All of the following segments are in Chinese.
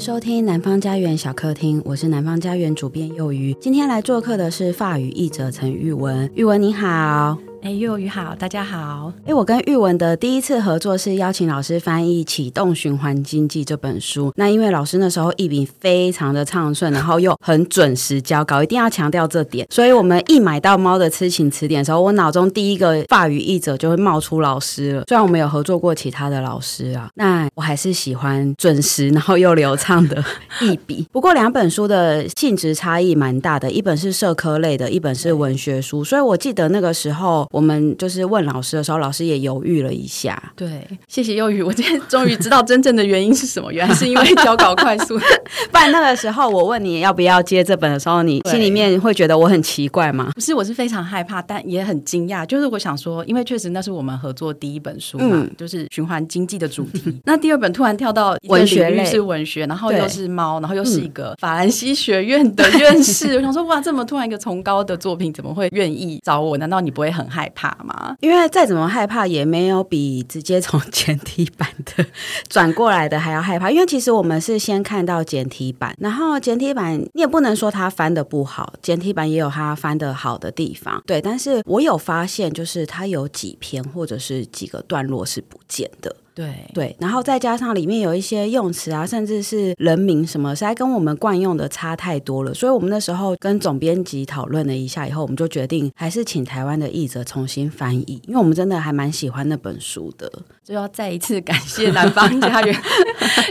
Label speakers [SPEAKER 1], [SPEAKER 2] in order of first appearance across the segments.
[SPEAKER 1] 收听南方家园小客厅，我是南方家园主编幼鱼。今天来做客的是法语译者陈玉文，玉文你好。
[SPEAKER 2] 哎，幼鱼好，大家好。
[SPEAKER 1] 哎，我跟玉文的第一次合作是邀请老师翻译《启动循环经济》这本书。那因为老师那时候译笔非常的畅顺，然后又很准时交稿，一定要强调这点。所以我们一买到《猫的痴情词典》的时候，我脑中第一个法语译者就会冒出老师了。虽然我们有合作过其他的老师啊，那我还是喜欢准时然后又流畅的译笔。不过两本书的性质差异蛮大的，一本是社科类的，一本是文学书。所以我记得那个时候我们就是问老师的时候，老师也犹豫了一下。
[SPEAKER 2] 对，谢谢幼鱼，我今天终于知道真正的原因是什么，原来是因为交稿快速。
[SPEAKER 1] 不然那个时候我问你要不要接这本的时候，你
[SPEAKER 2] 对
[SPEAKER 1] 心里面会觉得我很奇怪吗？
[SPEAKER 2] 不是，我是非常害怕，但也很惊讶。就是我想说，因为确实那是我们合作第一本书嘛，
[SPEAKER 1] 嗯
[SPEAKER 2] 就是循环经济的主题。那第二本突然跳到一个
[SPEAKER 1] 文学
[SPEAKER 2] 领域
[SPEAKER 1] 类
[SPEAKER 2] 是文学，然后
[SPEAKER 1] 对
[SPEAKER 2] 又是猫，然后又是一个法兰西学院的院士。我想说，哇，这么突然一个崇高的作品，怎么会愿意找我？难道你不会很害怕吗？
[SPEAKER 1] 因为再怎么害怕，也没有比直接从简体版的转过来的还要害怕。因为其实我们是先看到简体版，然后简体版你也不能说它翻的不好，简体版也有它翻的好的地方。对，但是我有发现，就是它有几篇或者是几个段落是不见的。
[SPEAKER 2] 对
[SPEAKER 1] 对，然后再加上里面有一些用词啊，甚至是人名什么，实在跟我们惯用的差太多了。所以我们那时候跟总编辑讨论了一下以后，我们就决定还是请台湾的译者重新翻译，因为我们真的还蛮喜欢那本书的。
[SPEAKER 2] 就要再一次感谢南方 家园，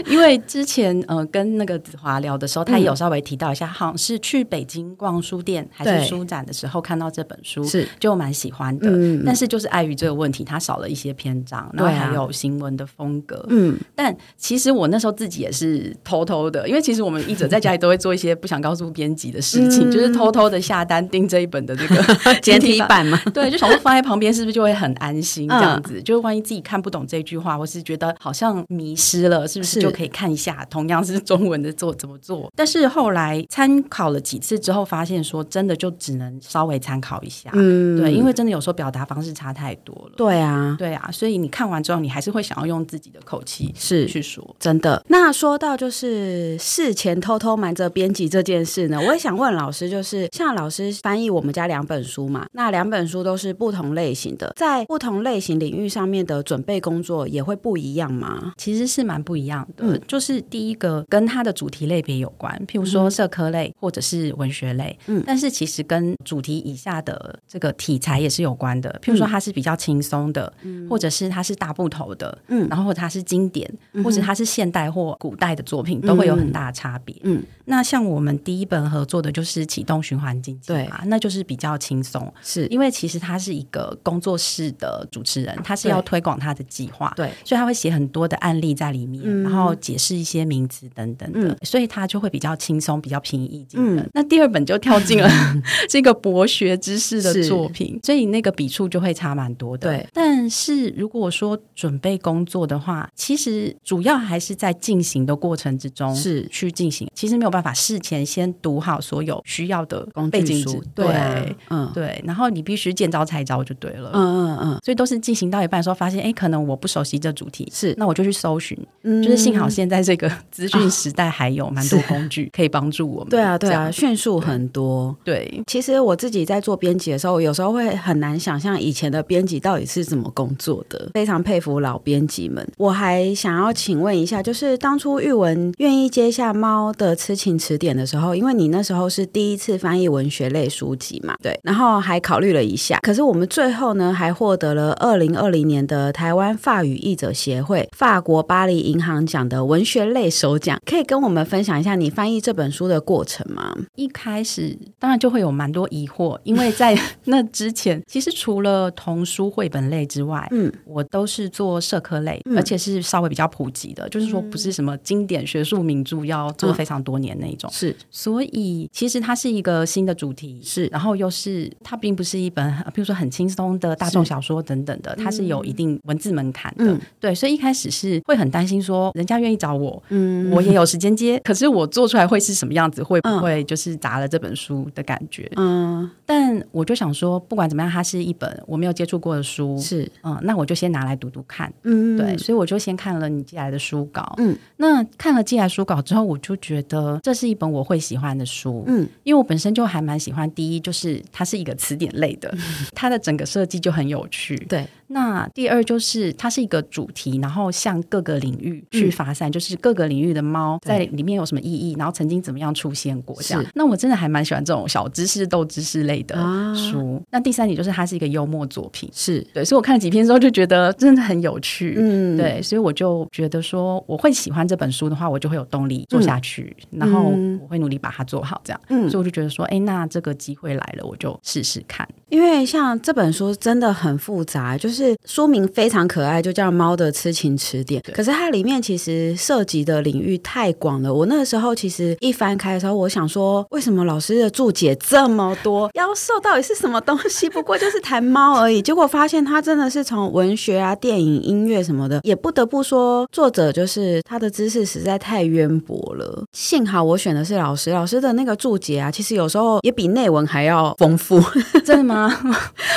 [SPEAKER 2] 因为之前呃跟那个子华聊的时候，他也有稍微提到一下，好像是去北京逛书店还
[SPEAKER 1] 对
[SPEAKER 2] 是书展的时候看到这本书，
[SPEAKER 1] 是
[SPEAKER 2] 就蛮喜欢的。
[SPEAKER 1] 嗯
[SPEAKER 2] 但是就是碍于这个问题，它少了一些篇章，然
[SPEAKER 1] 对啊
[SPEAKER 2] 后还有行文的风格。
[SPEAKER 1] 嗯，
[SPEAKER 2] 但其实我那时候自己也是偷偷的，因为其实我们译者在家里都会做一些不想告诉编辑的事情，就是偷偷的下单订这一本的这个
[SPEAKER 1] 嗯 简体版嘛，
[SPEAKER 2] 对，就想说放在旁边是不是就会很安心
[SPEAKER 1] 嗯
[SPEAKER 2] 这样子？就是万一自己看不懂这句话，或是觉得好像迷失了，是不
[SPEAKER 1] 是
[SPEAKER 2] 是就可以看一下同样是中文的做怎么做？但是后来参考了几次之后，发现说真的就只能稍微参考一下，
[SPEAKER 1] 嗯
[SPEAKER 2] 对，因为真的有时候表达方式差太多了。
[SPEAKER 1] 对啊，
[SPEAKER 2] 对啊，所以你看完之后，你还是会想要用自己的口气
[SPEAKER 1] 是
[SPEAKER 2] 去说。
[SPEAKER 1] 真的。那说到就是事前偷偷瞒着编辑这件事呢，我也想问老师，就是像老师翻译我们家两本书嘛，那两本书都是不同类型的，在不同类型领域上面的准备工作也会不一样吗？
[SPEAKER 2] 其实是蛮不一样的，
[SPEAKER 1] 嗯
[SPEAKER 2] 就是第一个跟它的主题类别有关，譬如说社科类或者是文学类，
[SPEAKER 1] 嗯
[SPEAKER 2] 但是其实跟主题以下的这个题材也是有关的，譬如说
[SPEAKER 1] 嗯
[SPEAKER 2] 它是比较轻松的，或者是它是大部头的，
[SPEAKER 1] 嗯
[SPEAKER 2] 然后或者它是经典，或者它是现代或古代的作品，都会有很大的差别。
[SPEAKER 1] 嗯，
[SPEAKER 2] 那像我们第一本合作的就是启动循环经济嘛，那就是比较轻松，
[SPEAKER 1] 是
[SPEAKER 2] 因为其实他是一个工作室的主持人，他是要
[SPEAKER 1] 对
[SPEAKER 2] 推广他的计划，
[SPEAKER 1] 对，
[SPEAKER 2] 所以他会写很多的案例在里面，
[SPEAKER 1] 嗯
[SPEAKER 2] 然后解释一些名词等等的，
[SPEAKER 1] 嗯
[SPEAKER 2] 所以他就会比较轻松，比较平易近人。
[SPEAKER 1] 嗯
[SPEAKER 2] 那第二本就跳 进了这个博学知识的
[SPEAKER 1] 是
[SPEAKER 2] 作品，所以那个笔触就会差蛮多的。
[SPEAKER 1] 对，
[SPEAKER 2] 但是如果说准备工作的话，其实主要还是在进行的过程之中
[SPEAKER 1] 是
[SPEAKER 2] 去进行，其实没有办法事前先读好所有需要的
[SPEAKER 1] 工
[SPEAKER 2] 背
[SPEAKER 1] 具
[SPEAKER 2] 景
[SPEAKER 1] 书
[SPEAKER 2] 知，
[SPEAKER 1] 对
[SPEAKER 2] 对、
[SPEAKER 1] 啊，嗯
[SPEAKER 2] 对，然后你必须见招拆招就对了。
[SPEAKER 1] 嗯嗯嗯，
[SPEAKER 2] 所以都是进行到一半的时候，发现哎，诶可能我不熟悉这主题，
[SPEAKER 1] 是
[SPEAKER 2] 那我就去搜寻。
[SPEAKER 1] 嗯
[SPEAKER 2] 就是幸好现在这个资讯时代还有蛮多工具可以帮助我们。
[SPEAKER 1] 对啊对
[SPEAKER 2] 这
[SPEAKER 1] 啊，
[SPEAKER 2] 样，
[SPEAKER 1] 迅速很多。
[SPEAKER 2] 对。
[SPEAKER 1] 其实我自己在做编辑的时候，有时候会很难想象以前的编辑到底是怎么工作的，非常佩服老编辑们。我还想要请问一下，就是当初玉文愿意接下《猫的痴情词典》的时候，因为你那时候是第一次翻译文学类书籍嘛，对，然后还考虑了一下，可是我们最后呢，还获得了二零二零年的台湾法语译者协会法国巴黎银行奖的文学类首奖，可以跟我们分享一下你翻译这本书的过程吗？
[SPEAKER 2] 一开始当然就会有蛮多疑惑，因为在那之前，其实除了童书绘本类之外，
[SPEAKER 1] 嗯，
[SPEAKER 2] 我都是做社科类，
[SPEAKER 1] 嗯
[SPEAKER 2] 而且是稍微比较普及的，就是说不是什么经典学术名著要做
[SPEAKER 1] 嗯
[SPEAKER 2] 非常多年那一种。
[SPEAKER 1] 是
[SPEAKER 2] 所以其实它是一个新的主题，
[SPEAKER 1] 是
[SPEAKER 2] 然后又是它并不是一本，呃比如说很轻松的大众小说等等的，它是有一定文字门槛的，
[SPEAKER 1] 嗯
[SPEAKER 2] 对，所以一开始是会很担心说，人家愿意找我，
[SPEAKER 1] 嗯
[SPEAKER 2] 我也有时间接，可是我做出来会是什么样子，会不会就是砸了这本书的感觉？
[SPEAKER 1] 嗯，
[SPEAKER 2] 但我就想说，不管怎么样，它是一本我没有接触过的书，
[SPEAKER 1] 是，
[SPEAKER 2] 嗯，那我就先拿来读读看。
[SPEAKER 1] 嗯嗯
[SPEAKER 2] 对，所以我就先看了你寄来的书稿。
[SPEAKER 1] 嗯
[SPEAKER 2] 那看了寄来书稿之后，我就觉得这是一本我会喜欢的书，
[SPEAKER 1] 嗯
[SPEAKER 2] 因为我本身就还蛮喜欢。第一就是它是一个词典类 的，它的整个设计就很有趣。
[SPEAKER 1] 对，
[SPEAKER 2] 那第二就是它是一个主题，然后向各个领域去发散，就是各个领域的猫在
[SPEAKER 1] 嗯对
[SPEAKER 2] 里面有什么意义，然后曾经怎么样出现过这样
[SPEAKER 1] 是。
[SPEAKER 2] 那我真的还蛮喜欢这种小知识斗知识类的
[SPEAKER 1] 啊
[SPEAKER 2] 书。那第三点就是它是一个幽默作品，
[SPEAKER 1] 是，
[SPEAKER 2] 对，所以我看了几篇之后就觉得真的很有趣。
[SPEAKER 1] 嗯，
[SPEAKER 2] 对，所以我就觉得说，我会喜欢这本书的话，我就会有动力做下去，然后
[SPEAKER 1] 嗯
[SPEAKER 2] 我会努力把它做好，这样。
[SPEAKER 1] 嗯
[SPEAKER 2] 所以我就觉得说，哎，那这个机会来了，我就试试看。
[SPEAKER 1] 因为像这本书真的很复杂，就是书名非常可爱，就叫《猫的痴情词典》。可是它里面其实涉及的领域太广了。我那个时候其实一翻开的时候，我想说，为什么老师的注解这么多？妖兽到底是什么东西？不过就是谈猫而已。结果发现它真的是从文学啊、电影、音乐什么的，也不得不说作者就是他的知识实在太渊博了。幸好我选的是老师，老师的那个注解啊，其实有时候也比内文还要丰富。
[SPEAKER 2] 真的吗？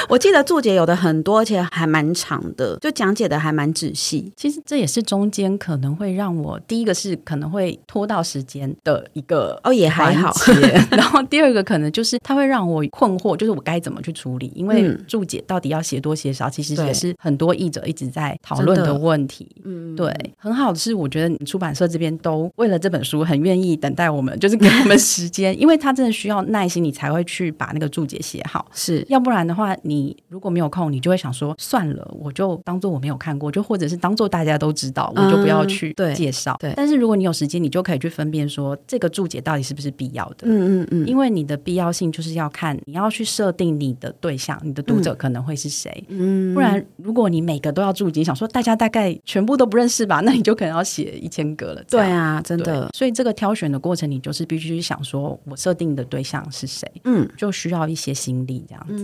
[SPEAKER 1] 我记得注解有的很多，而且还蛮长的，就讲解的还蛮仔细。
[SPEAKER 2] 其实这也是中间可能会让我第一个是可能会拖到时间的一个
[SPEAKER 1] 哦，也还好，
[SPEAKER 2] 环 节 然后第二个可能就是它会让我困惑，就是我该怎么去处理，因为
[SPEAKER 1] 嗯
[SPEAKER 2] 注解到底要写多写少，其实
[SPEAKER 1] 对
[SPEAKER 2] 也是很多译者一直在讨论
[SPEAKER 1] 真
[SPEAKER 2] 的
[SPEAKER 1] 的
[SPEAKER 2] 问题。
[SPEAKER 1] 嗯，
[SPEAKER 2] 对，很好的是，我觉得出版社这边都为了这本书很愿意等待我们，就是给我们时间，因为他真的需要耐心，你才会去把那个注解写好。
[SPEAKER 1] 是
[SPEAKER 2] 要不然的话，你如果没有空，你就会想说算了，我就当做我没有看过，就或者是当做大家都知道，我就不要
[SPEAKER 1] 嗯
[SPEAKER 2] 去
[SPEAKER 1] 对
[SPEAKER 2] 介绍。
[SPEAKER 1] 对
[SPEAKER 2] 但是如果你有时间，你就可以去分辨说这个注解到底是不是必要的。
[SPEAKER 1] 嗯嗯嗯，
[SPEAKER 2] 因为你的必要性就是要看你要去设定你的对象，你的读者可能会是谁。
[SPEAKER 1] 嗯
[SPEAKER 2] 不然，如果你每个都要注解，想说大家大概全部都不认识吧，那 你就可能要写一千个了。这
[SPEAKER 1] 对
[SPEAKER 2] 样
[SPEAKER 1] 啊，真
[SPEAKER 2] 对
[SPEAKER 1] 的，
[SPEAKER 2] 所以这个挑选的过程，你就是必须去想说，我设定的对象是谁，
[SPEAKER 1] 嗯。
[SPEAKER 2] 就需要一些心力这样子。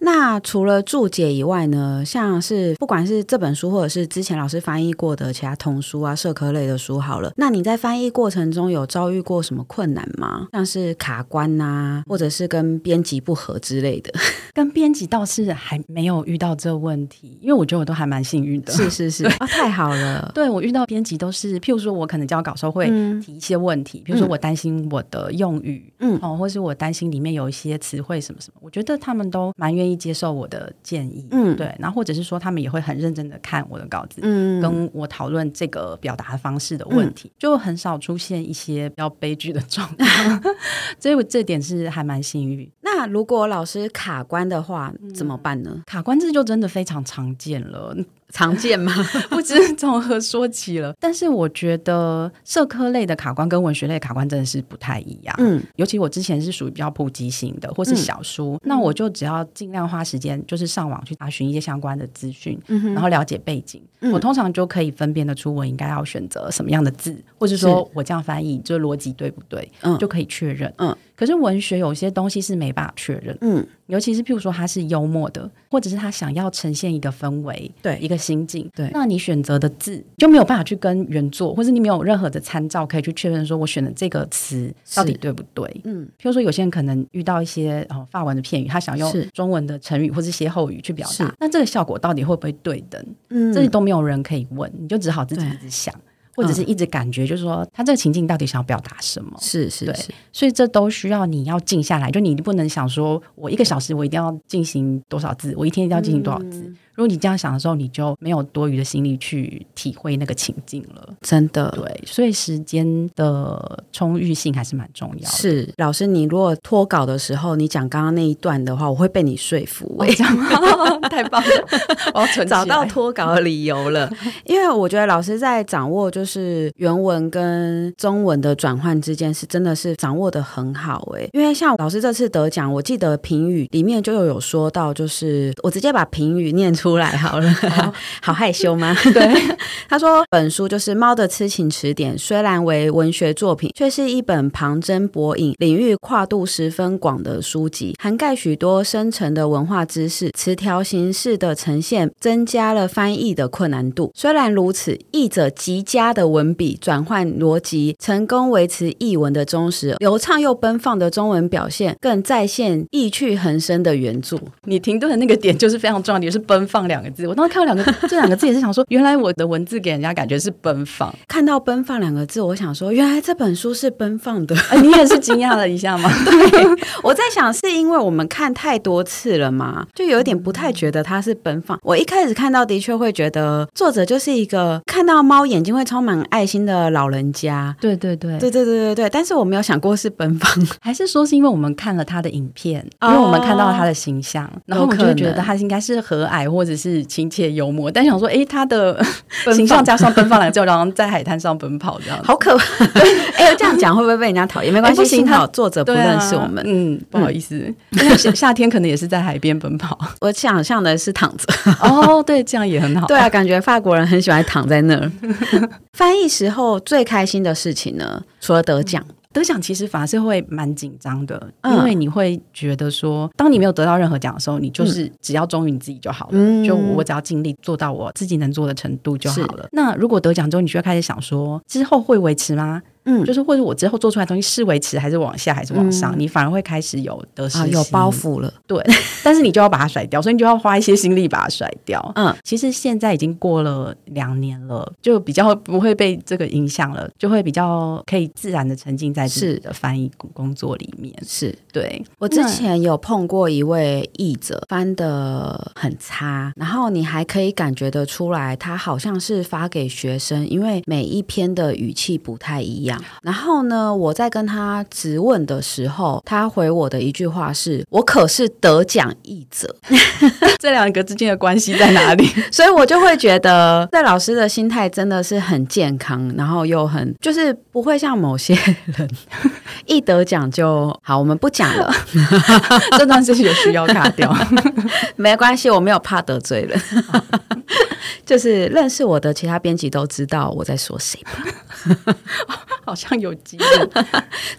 [SPEAKER 1] 那除了注解以外呢，像是不管是这本书，或者是之前老师翻译过的其他童书啊、社科类的书，好了，那你在翻译过程中有遭遇过什么困难吗？像是卡关呐、或者是跟编辑不合之类的？
[SPEAKER 2] 跟编辑倒是还没有遇到这问题，因为我觉得我都还蛮幸运 的。
[SPEAKER 1] 是是是，哦，太好了，
[SPEAKER 2] 对我遇到编辑都是，譬如说我可能交稿时候会
[SPEAKER 1] 嗯
[SPEAKER 2] 提一些问题，比如说我担心我的用语，
[SPEAKER 1] 嗯
[SPEAKER 2] 哦，或是我担心里面有一些词汇什么什么，我觉得他们都蛮愿意接受我的建议，
[SPEAKER 1] 嗯
[SPEAKER 2] 对，然后或者是说他们也会很认真的看我的稿子。
[SPEAKER 1] 嗯，
[SPEAKER 2] 跟我讨论这个表达方式的问题，就很少出现一些比较悲剧的状况， 所以我这点是还蛮幸运。
[SPEAKER 1] 那如果老师卡关的话，
[SPEAKER 2] 嗯
[SPEAKER 1] 怎么办呢？
[SPEAKER 2] 卡关这就真的非常常见 了，
[SPEAKER 1] 常见 吗？
[SPEAKER 2] 不知从何说起了。但是我觉得社科类的卡关跟文学类的卡关真的是不太一样。
[SPEAKER 1] 嗯，
[SPEAKER 2] 尤其我之前是属于比较普及型的，或是小书，那我就只要尽量花时间，就是上网去查询一些相关的资讯，
[SPEAKER 1] 嗯
[SPEAKER 2] 然后了解背景。我通常就可以分辨得出我应该要选择什么样的字，或者说我这样翻译就逻辑对不对，
[SPEAKER 1] 嗯
[SPEAKER 2] 就可以确认。
[SPEAKER 1] 嗯，
[SPEAKER 2] 可是文学有些东西是没办法确认，
[SPEAKER 1] 嗯，
[SPEAKER 2] 尤其是譬如说他是幽默的，或者是他想要呈现一个氛围，
[SPEAKER 1] 对
[SPEAKER 2] 一个心境，
[SPEAKER 1] 对
[SPEAKER 2] 那你选择的字就没有办法去跟原作，或者你没有任何的参照可以去确认说我选的这个词到底
[SPEAKER 1] 是
[SPEAKER 2] 对不对。
[SPEAKER 1] 嗯，
[SPEAKER 2] 譬如说，有些人可能遇到一些哦法文的片语，他想
[SPEAKER 1] 是
[SPEAKER 2] 用中文的成语或是歇后语去表
[SPEAKER 1] 是
[SPEAKER 2] 达，那这个效果到底会不会对等？
[SPEAKER 1] 嗯
[SPEAKER 2] 这都没有人可以问，你就只好自己
[SPEAKER 1] 对嗯
[SPEAKER 2] 一直想，或者是一直感觉，就是说他这个情境到底想要表达什么？
[SPEAKER 1] 是是
[SPEAKER 2] 对
[SPEAKER 1] 是，
[SPEAKER 2] 所以这都需要你要静下来，就你不能想说我一个小时我一定要进行多少字，我一天一定要进行多少字。
[SPEAKER 1] 嗯
[SPEAKER 2] 如果你这样想的时候，你就没有多余的心力去体会那个情境了。
[SPEAKER 1] 真的。
[SPEAKER 2] 对，所以时间的充裕性还是蛮重要的。
[SPEAKER 1] 是老师，你如果脱稿的时候，你讲刚刚那一段的话，我会被你说服、欸。
[SPEAKER 2] 哦这样吗？ 太棒了，我要存起来
[SPEAKER 1] 找到脱稿的理由 了，因为我觉得老师在掌握就是原文跟中文的转换之间是真的是掌握的很好诶、因为像老师这次得奖，我记得评语里面就有说到，就是我直接把评语念出来好了，
[SPEAKER 2] 哦
[SPEAKER 1] 好害羞吗？
[SPEAKER 2] 对，
[SPEAKER 1] 他说，本书就是《猫的痴情词典》，虽然为文学作品，却是一本旁征博引、领域跨度十分广的书籍，涵盖许多深层的文化知识。词条形式的呈现增加了翻译的困难度。虽然如此，译者极佳的文笔转换逻辑，成功维持译文的忠实、流畅又奔放的中文表现，更再现意趣横生的原著。
[SPEAKER 2] 你停顿的那个点就是非常重要，也是奔放”两个字。我当时看到两个 这两个字，也是想说，原来我的文字给人家感觉是奔放。
[SPEAKER 1] 看到“奔放”两个字，我想说，原来这本书是奔放的。
[SPEAKER 2] 哎，你也是惊讶了一下吗？
[SPEAKER 1] 对， 我在想，是因为我们看太多次了嘛，就有点不太觉得它是奔放。我一开始看到的确会觉得作者就是一个看到猫眼睛会充满爱心的老人家。
[SPEAKER 2] 对对对
[SPEAKER 1] 对对对对对，但是我没有想过是奔放。
[SPEAKER 2] 还是说是因为我们看了他的影片，因为我们看到了他的形象，然后我们就会觉得他应该是和蔼或者是亲切幽默，但想说，哎，他的
[SPEAKER 1] 放
[SPEAKER 2] 形象加上奔放两个字，然后在海滩上奔跑这 样子。
[SPEAKER 1] 好可怕！ 哎、这样讲会不会被人家讨厌？没关系，
[SPEAKER 2] 哎不行
[SPEAKER 1] 幸好
[SPEAKER 2] 他
[SPEAKER 1] 作者不
[SPEAKER 2] 对啊
[SPEAKER 1] 认识我们。
[SPEAKER 2] 嗯，不好意思，因为夏夏天可能也是在海边奔跑。
[SPEAKER 1] 我想象的是躺着。
[SPEAKER 2] 哦，对，这样也很 好。
[SPEAKER 1] 对啊，感觉法国人很喜欢躺在那儿。翻译时候最开心的事情呢，除了得奖，
[SPEAKER 2] 得奖其实反而是会蛮紧张的，
[SPEAKER 1] 嗯
[SPEAKER 2] 因为你会觉得说，当你没有得到任何奖的时候，你就是只要忠于你自己就好了。
[SPEAKER 1] 嗯
[SPEAKER 2] 就我只要尽力做到我自己能做的程度就好了。那如果得奖之后，你就会开始想说，之后会维持吗？
[SPEAKER 1] 嗯
[SPEAKER 2] 就是或者我之后做出来的东西是维持还是往下还是往上？你反而会开始有得失、
[SPEAKER 1] 啊，有包，袱了。
[SPEAKER 2] 对，但是你就要把它甩掉，所以你就要花一些心力把它甩掉。
[SPEAKER 1] 嗯，
[SPEAKER 2] 其实现在已经过了两年了，就比较不会被这个影响了，就会比较可以自然的沉浸在自己
[SPEAKER 1] 是
[SPEAKER 2] 的翻译工工作里面。
[SPEAKER 1] 是
[SPEAKER 2] 对，
[SPEAKER 1] 我之前有碰过一位译者，翻的很差，然后你还可以感觉得出来，他好像是发给学生，因为每一篇的语气不太一样。然后呢，我在跟他质问的时候，他回我的一句话是：“我可是得奖译者。”
[SPEAKER 2] 这两个之间的关系在哪里？
[SPEAKER 1] 所以我就会觉得，在老师的心态真的是很健康，然后又很就是不会像某些人 一得奖就好，我们不讲了，
[SPEAKER 2] 这段时间有需要卡掉。
[SPEAKER 1] 没关系，我没有怕得罪人。 就是认识我的其他编辑都知道我在说谁吧。
[SPEAKER 2] 好像有机会。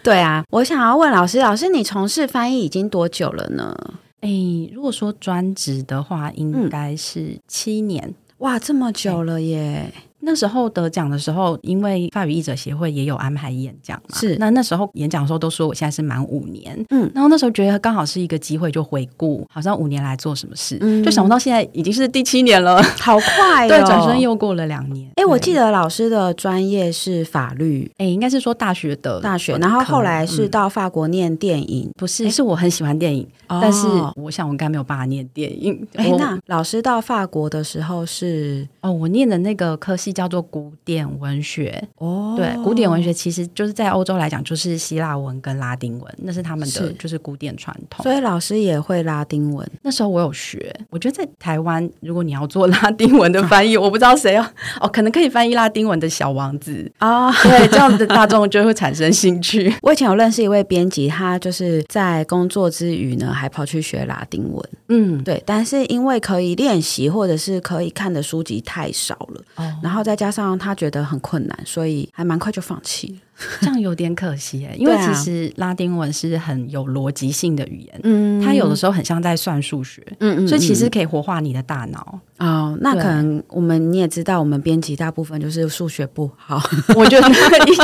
[SPEAKER 1] 对啊，我想要问老师，老师你从事翻译已经多久了呢？
[SPEAKER 2] 哎，如果说专职的话，
[SPEAKER 1] 嗯
[SPEAKER 2] 应该是七年。
[SPEAKER 1] 哇，这么久了耶！
[SPEAKER 2] 那时候得奖的时候，因为法语译者协会也有安排演讲嘛，
[SPEAKER 1] 是
[SPEAKER 2] 那那时候演讲的时候都说我现在是满五年，
[SPEAKER 1] 嗯
[SPEAKER 2] 嗯，然后那时候觉得刚好是一个机会，就回顾好像五年来做什么事，
[SPEAKER 1] 嗯
[SPEAKER 2] 就想不到现在已经是第七年了，
[SPEAKER 1] 好快哦！
[SPEAKER 2] 对，转身又过了两年。
[SPEAKER 1] 哎，我记
[SPEAKER 2] 得，
[SPEAKER 1] 得老师的专业是法律
[SPEAKER 2] 哎，应该是说大学的
[SPEAKER 1] 大学，
[SPEAKER 2] 本
[SPEAKER 1] 然后
[SPEAKER 2] 科
[SPEAKER 1] 后来是哎
[SPEAKER 2] 嗯
[SPEAKER 1] 到法国念电影，
[SPEAKER 2] 不是是我很喜欢电影，但是我想我应该没有办法念电影。
[SPEAKER 1] 哦哎，
[SPEAKER 2] 我
[SPEAKER 1] 那老师到法国的时候是
[SPEAKER 2] 哦，我念的那个科系叫做古典文学，
[SPEAKER 1] 哦
[SPEAKER 2] 对，古典文学其实就是在欧洲来讲，就是希腊文跟拉丁文，那是他们的
[SPEAKER 1] 是
[SPEAKER 2] 就是古典传统。
[SPEAKER 1] 所以老师也会拉丁文，
[SPEAKER 2] 那时候我有学，我觉得在台湾，如果你要做 拉丁文的翻译，我不知道谁要哦，可能可以翻译拉丁文的《小王子
[SPEAKER 1] 啊、》，
[SPEAKER 2] 对，这样的大众就会产生兴 趣。
[SPEAKER 1] 我以前有认识一位编辑，他就是在工作之余呢，还跑去学拉丁文。
[SPEAKER 2] 嗯，
[SPEAKER 1] 对，但是因为可以练习或者是可以看的书籍太少了，
[SPEAKER 2] 哦，
[SPEAKER 1] 然后再加上他觉得很困难，所以还蛮快就放弃了。
[SPEAKER 2] 这样有点可惜耶，因为
[SPEAKER 1] 对啊
[SPEAKER 2] 其实拉丁文是很有逻辑性的语言，
[SPEAKER 1] 嗯
[SPEAKER 2] 它有的时候很像在算数学，
[SPEAKER 1] 嗯
[SPEAKER 2] 所以其实可以活化你的大脑。
[SPEAKER 1] 哦，那
[SPEAKER 2] 对
[SPEAKER 1] 可能我们你也知道，我们编辑大部分就是数学不好，
[SPEAKER 2] 我觉得应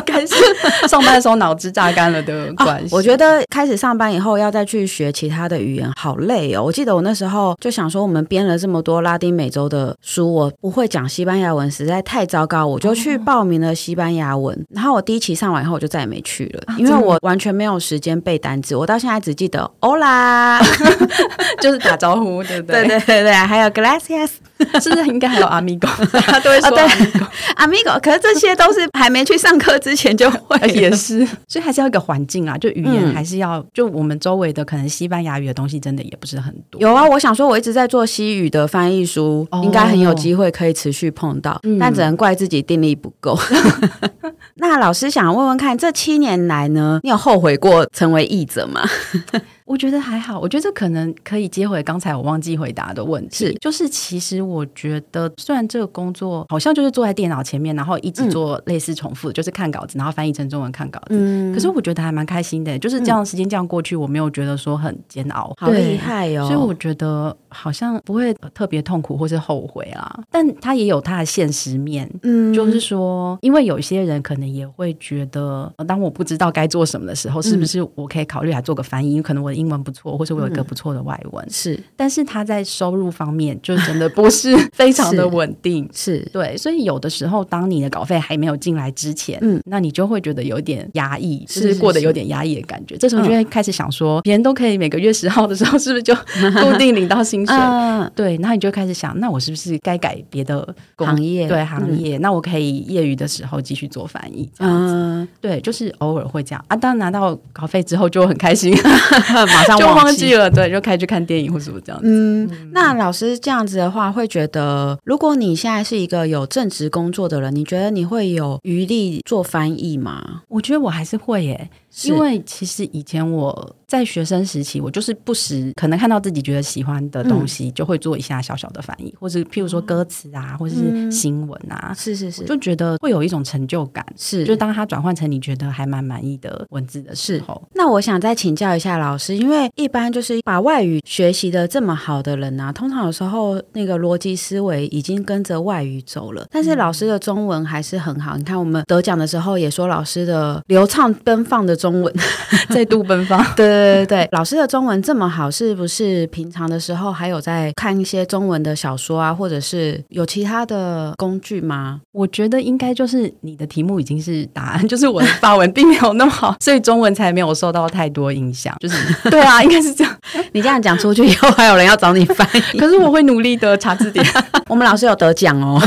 [SPEAKER 2] 该是 上班的时候脑子榨干了的关系。
[SPEAKER 1] 啊我觉得开始上班以后要再去学其他的语言，好累哦。我记得我那时候就想说，我们编了这么多拉丁美洲的书，我不会讲西班牙文，实在太糟糕，我就
[SPEAKER 2] 哦
[SPEAKER 1] 去报名了西班牙文。然后我第一期上完以后，我就再也没去了，因为
[SPEAKER 2] 啊真的
[SPEAKER 1] 我完全没有时间背单词，我到现在只记 得 hola，
[SPEAKER 2] 就是打招呼，对不
[SPEAKER 1] 对
[SPEAKER 2] 对？
[SPEAKER 1] 对对对，还有 gracias
[SPEAKER 2] 对，是不是应该还有阿 米狗？他都会
[SPEAKER 1] 啊
[SPEAKER 2] 说
[SPEAKER 1] 对
[SPEAKER 2] 阿米狗，
[SPEAKER 1] amigo。可是这些都是还没去上课之前就会了
[SPEAKER 2] 也是。所以还是要一个环境啊，就语言
[SPEAKER 1] 嗯
[SPEAKER 2] 还是要，就我们周围的可能西班牙语的东西真的也不是很多。
[SPEAKER 1] 有啊，我想说，我一直在做西语的翻译书，
[SPEAKER 2] 哦
[SPEAKER 1] 应该很有机会可以持续碰到，
[SPEAKER 2] 嗯
[SPEAKER 1] 但只能怪自己定力不够。 那老师想问问看，这七年来呢，你有后悔过成为译者吗？
[SPEAKER 2] 我觉得还好，我觉得这可能可以接回刚才我忘记回答的问题，
[SPEAKER 1] 是
[SPEAKER 2] 就是其实我觉得，虽然这个工作好像就是坐在电脑前面，然后一直做类似重复的，就是看稿子，然后翻译成中文看稿子，
[SPEAKER 1] 嗯
[SPEAKER 2] 可是我觉得还蛮开心的，就是这样时间这样过去，我没有觉得说很煎熬，
[SPEAKER 1] 好厉、害哦！
[SPEAKER 2] 所以我觉得好像不会特别痛苦或是后悔啦。但它也有它的现实面。
[SPEAKER 1] 嗯
[SPEAKER 2] 就是说，因为有些人
[SPEAKER 1] 嗯
[SPEAKER 2] 可能也会觉得，呃当我不知道该做什么的时候，是不是我可以考虑来做个翻译？因为可能我的英文不错，或是我有一个不错的外文，
[SPEAKER 1] 是
[SPEAKER 2] 但是他在收入方面就真的不是 非常的稳定。
[SPEAKER 1] 是，
[SPEAKER 2] 对，所以有的时候，当你的稿费还没有进来之前，
[SPEAKER 1] 嗯
[SPEAKER 2] 嗯，那你就会觉得有点压抑，就是是嗯
[SPEAKER 1] 是
[SPEAKER 2] 过得
[SPEAKER 1] 是
[SPEAKER 2] 有点压抑的感觉。这时候就会开始想说，别人都可以每个月十号的时候，是不是就 固定领到薪水？
[SPEAKER 1] 嗯，
[SPEAKER 2] 对，那你就会开始想，那我是不是该改别的工
[SPEAKER 1] 行业
[SPEAKER 2] 对行
[SPEAKER 1] 嗯
[SPEAKER 2] 业，那我可以业余的时候继续做翻译。
[SPEAKER 1] 嗯，
[SPEAKER 2] 对，就是偶尔会这样啊。当拿到稿费之后就很开心，
[SPEAKER 1] 马上
[SPEAKER 2] 就
[SPEAKER 1] 忘
[SPEAKER 2] 忘记了，对，就开始去看电影或什么这样子。
[SPEAKER 1] 嗯，那老师这样子的话，会觉得如果你现在是一个有正职工作的人，你觉得你会有余力做翻译吗？
[SPEAKER 2] 我觉得我还是会耶，因为其实以前我在学生时期，我就是不时可能看到自己觉得喜欢的东西，就会做一下小小的翻译，或是譬如说歌词啊，或者是新闻啊，
[SPEAKER 1] 是是是
[SPEAKER 2] 就觉得会有一种成就感。
[SPEAKER 1] 是，
[SPEAKER 2] 就当它转换成你觉得还蛮满意的文字的时候，
[SPEAKER 1] 那我想再请教一下老师，因为一般就是把外语学习的这么好的人啊，通常有时候那个逻辑思维已经跟着外语走了，但是老师的中文还是很好。你看我们得奖的时候也说老师的流畅奔放的中文，
[SPEAKER 2] 再度奔放。
[SPEAKER 1] 对对对对，老师的中文这么好，是不是平常的时候还有在看一些中文的小说啊，或者是有其他的工具吗？
[SPEAKER 2] 我觉得应该就是你的题目已经是答案，就是我的法文并没有那么好， 所以中文才没有受到太多影响。就是 对啊，应该是这样。
[SPEAKER 1] 你这样讲出去以后， 还有人要找你翻译。
[SPEAKER 2] 可是我会努力的查字典，
[SPEAKER 1] 我们老师有得奖哦，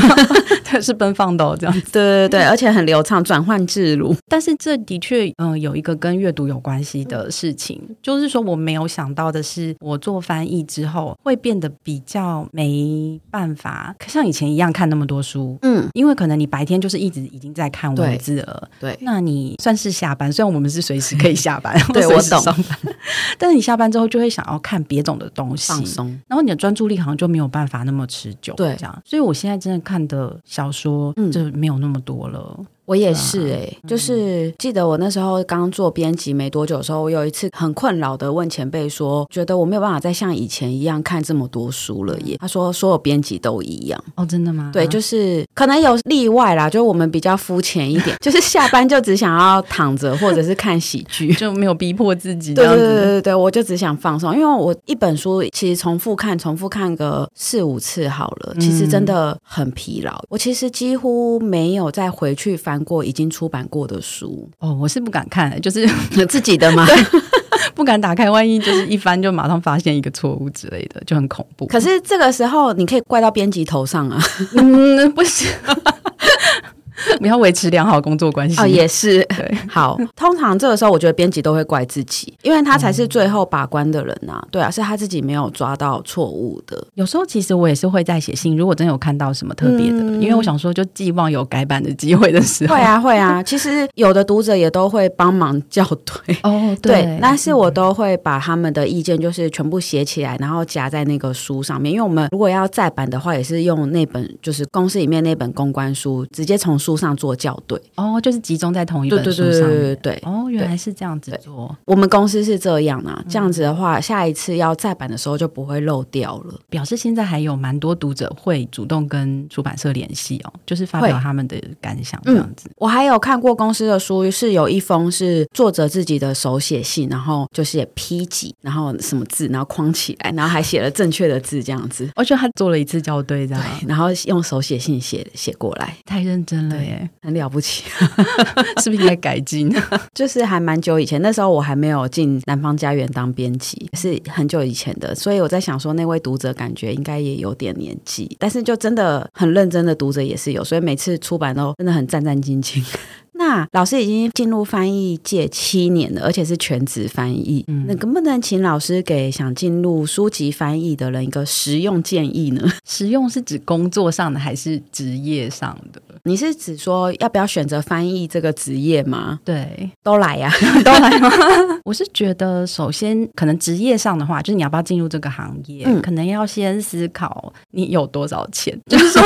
[SPEAKER 2] 它是奔放的、哦、这样。
[SPEAKER 1] 对对对，而且很流畅，转换自如。
[SPEAKER 2] 但是这的确，嗯、有一个跟阅读有关系
[SPEAKER 1] 嗯
[SPEAKER 2] 的事情，就是说我没有想到的是，我做翻译之后会变得比较没办法像以前一样看那么多书。
[SPEAKER 1] 嗯，
[SPEAKER 2] 因为可能你白天就是一直已经在看文字了，
[SPEAKER 1] 对
[SPEAKER 2] 那你算是下班，虽然我们是随时可以下 班，
[SPEAKER 1] 对
[SPEAKER 2] 或随时
[SPEAKER 1] 我懂
[SPEAKER 2] 上班，但是你下班之后就会想要看别种的东西，
[SPEAKER 1] 放松。
[SPEAKER 2] 然后你的专注力好像就没有办法那么持久，
[SPEAKER 1] 对
[SPEAKER 2] 这样。所以我现在真的看的小说
[SPEAKER 1] 嗯
[SPEAKER 2] 就没有那么多了，
[SPEAKER 1] 我也是哎、就是记得我那时候刚做编辑没多久的时候，我有一次很困扰的问前辈说，觉得我没有办法再像以前一样看这么多书了耶。他说所有编辑都一样。
[SPEAKER 2] 哦，真的吗？
[SPEAKER 1] 对，就是可能有例外啦，就我们比较肤浅一点， 就是下班就只想要躺着或者是看喜剧
[SPEAKER 2] 。就没有逼迫自己这
[SPEAKER 1] 对
[SPEAKER 2] 样
[SPEAKER 1] 对对
[SPEAKER 2] 子。
[SPEAKER 1] 对对，我就只想放松，因为我一本书其实重复看、重复看个四五次好了，其实真的很疲劳。我其实几乎没有再回去翻过已经出版过的书，
[SPEAKER 2] 哦，我是不敢看，就是
[SPEAKER 1] 自己的吗？
[SPEAKER 2] 不敢打开，万一就是一翻就马上发现一个错误之类的，就很恐怖。
[SPEAKER 1] 可是这个时候你可以怪到编辑头上啊！
[SPEAKER 2] 嗯，不行，我们要维持良好工作关系。
[SPEAKER 1] 哦，也 是，
[SPEAKER 2] 对，
[SPEAKER 1] 好，通常这个时候，我觉得编辑都会怪自己，因为他才是最后把关的人啊。对啊，是他自己没有抓到错误 的。
[SPEAKER 2] 有时候其实我也是会在写信，如果真的有看到什么特别的，
[SPEAKER 1] 嗯
[SPEAKER 2] 因为我想说，就寄望有改版的机会的时候。
[SPEAKER 1] 会啊，会啊。其实有的读者也都会帮忙校对。
[SPEAKER 2] 哦，
[SPEAKER 1] 对，嗯但是我都会把他们的意见就是全部写起来，然后夹在那个书上面。因为我们如果要再版的话，也是用那本就是公司里面那本公关书，直接从书上做校对。
[SPEAKER 2] 哦，就是集中在同一
[SPEAKER 1] 对
[SPEAKER 2] 本
[SPEAKER 1] 对对
[SPEAKER 2] 书
[SPEAKER 1] 对
[SPEAKER 2] 上
[SPEAKER 1] 对
[SPEAKER 2] 面
[SPEAKER 1] 对。对。
[SPEAKER 2] 哦，原来是这样子做，
[SPEAKER 1] 我们公司是这样啊，这样子的话，下一次要再版的时候就不会漏掉了。
[SPEAKER 2] 表示现在还有蛮多读者会主动跟出版社联系哦，就是发表
[SPEAKER 1] 会嗯
[SPEAKER 2] 他们的感想这样子。
[SPEAKER 1] 我还有看过公司的书，是有一封是作者自己的手写信，然后就写 P 几，然后什么字，然后框起来，然后还写了正确的字这样子，
[SPEAKER 2] 而且哦他做了一次校对，这样
[SPEAKER 1] 然后用手写信写写过来，
[SPEAKER 2] 太认真了耶，
[SPEAKER 1] 很了不起。啊
[SPEAKER 2] 是不是应该改 进？
[SPEAKER 1] 就是还蛮久以前，那时候我还没有进南方家园当编辑，是很久以前的，所以我在想说，那位读者感觉应该也有点年纪，但是就真的很认真的读者也是有，所以每次出版都真的很战战兢兢。 那老师已经进入翻译界七年了，而且是全职翻译。
[SPEAKER 2] 嗯
[SPEAKER 1] 那能不能请老师给想进入书籍翻译的人一个实用建议呢？
[SPEAKER 2] 实用是指工作上的还是职业上的？
[SPEAKER 1] 你是指说要不要选择翻译这个职业吗？
[SPEAKER 2] 对，
[SPEAKER 1] 都来啊呀、
[SPEAKER 2] 都来吗？ 我是觉得，首先可能职业上的话，就是你要不要进入这个行业，
[SPEAKER 1] 嗯
[SPEAKER 2] 可能要先思考你有多少钱，就是说。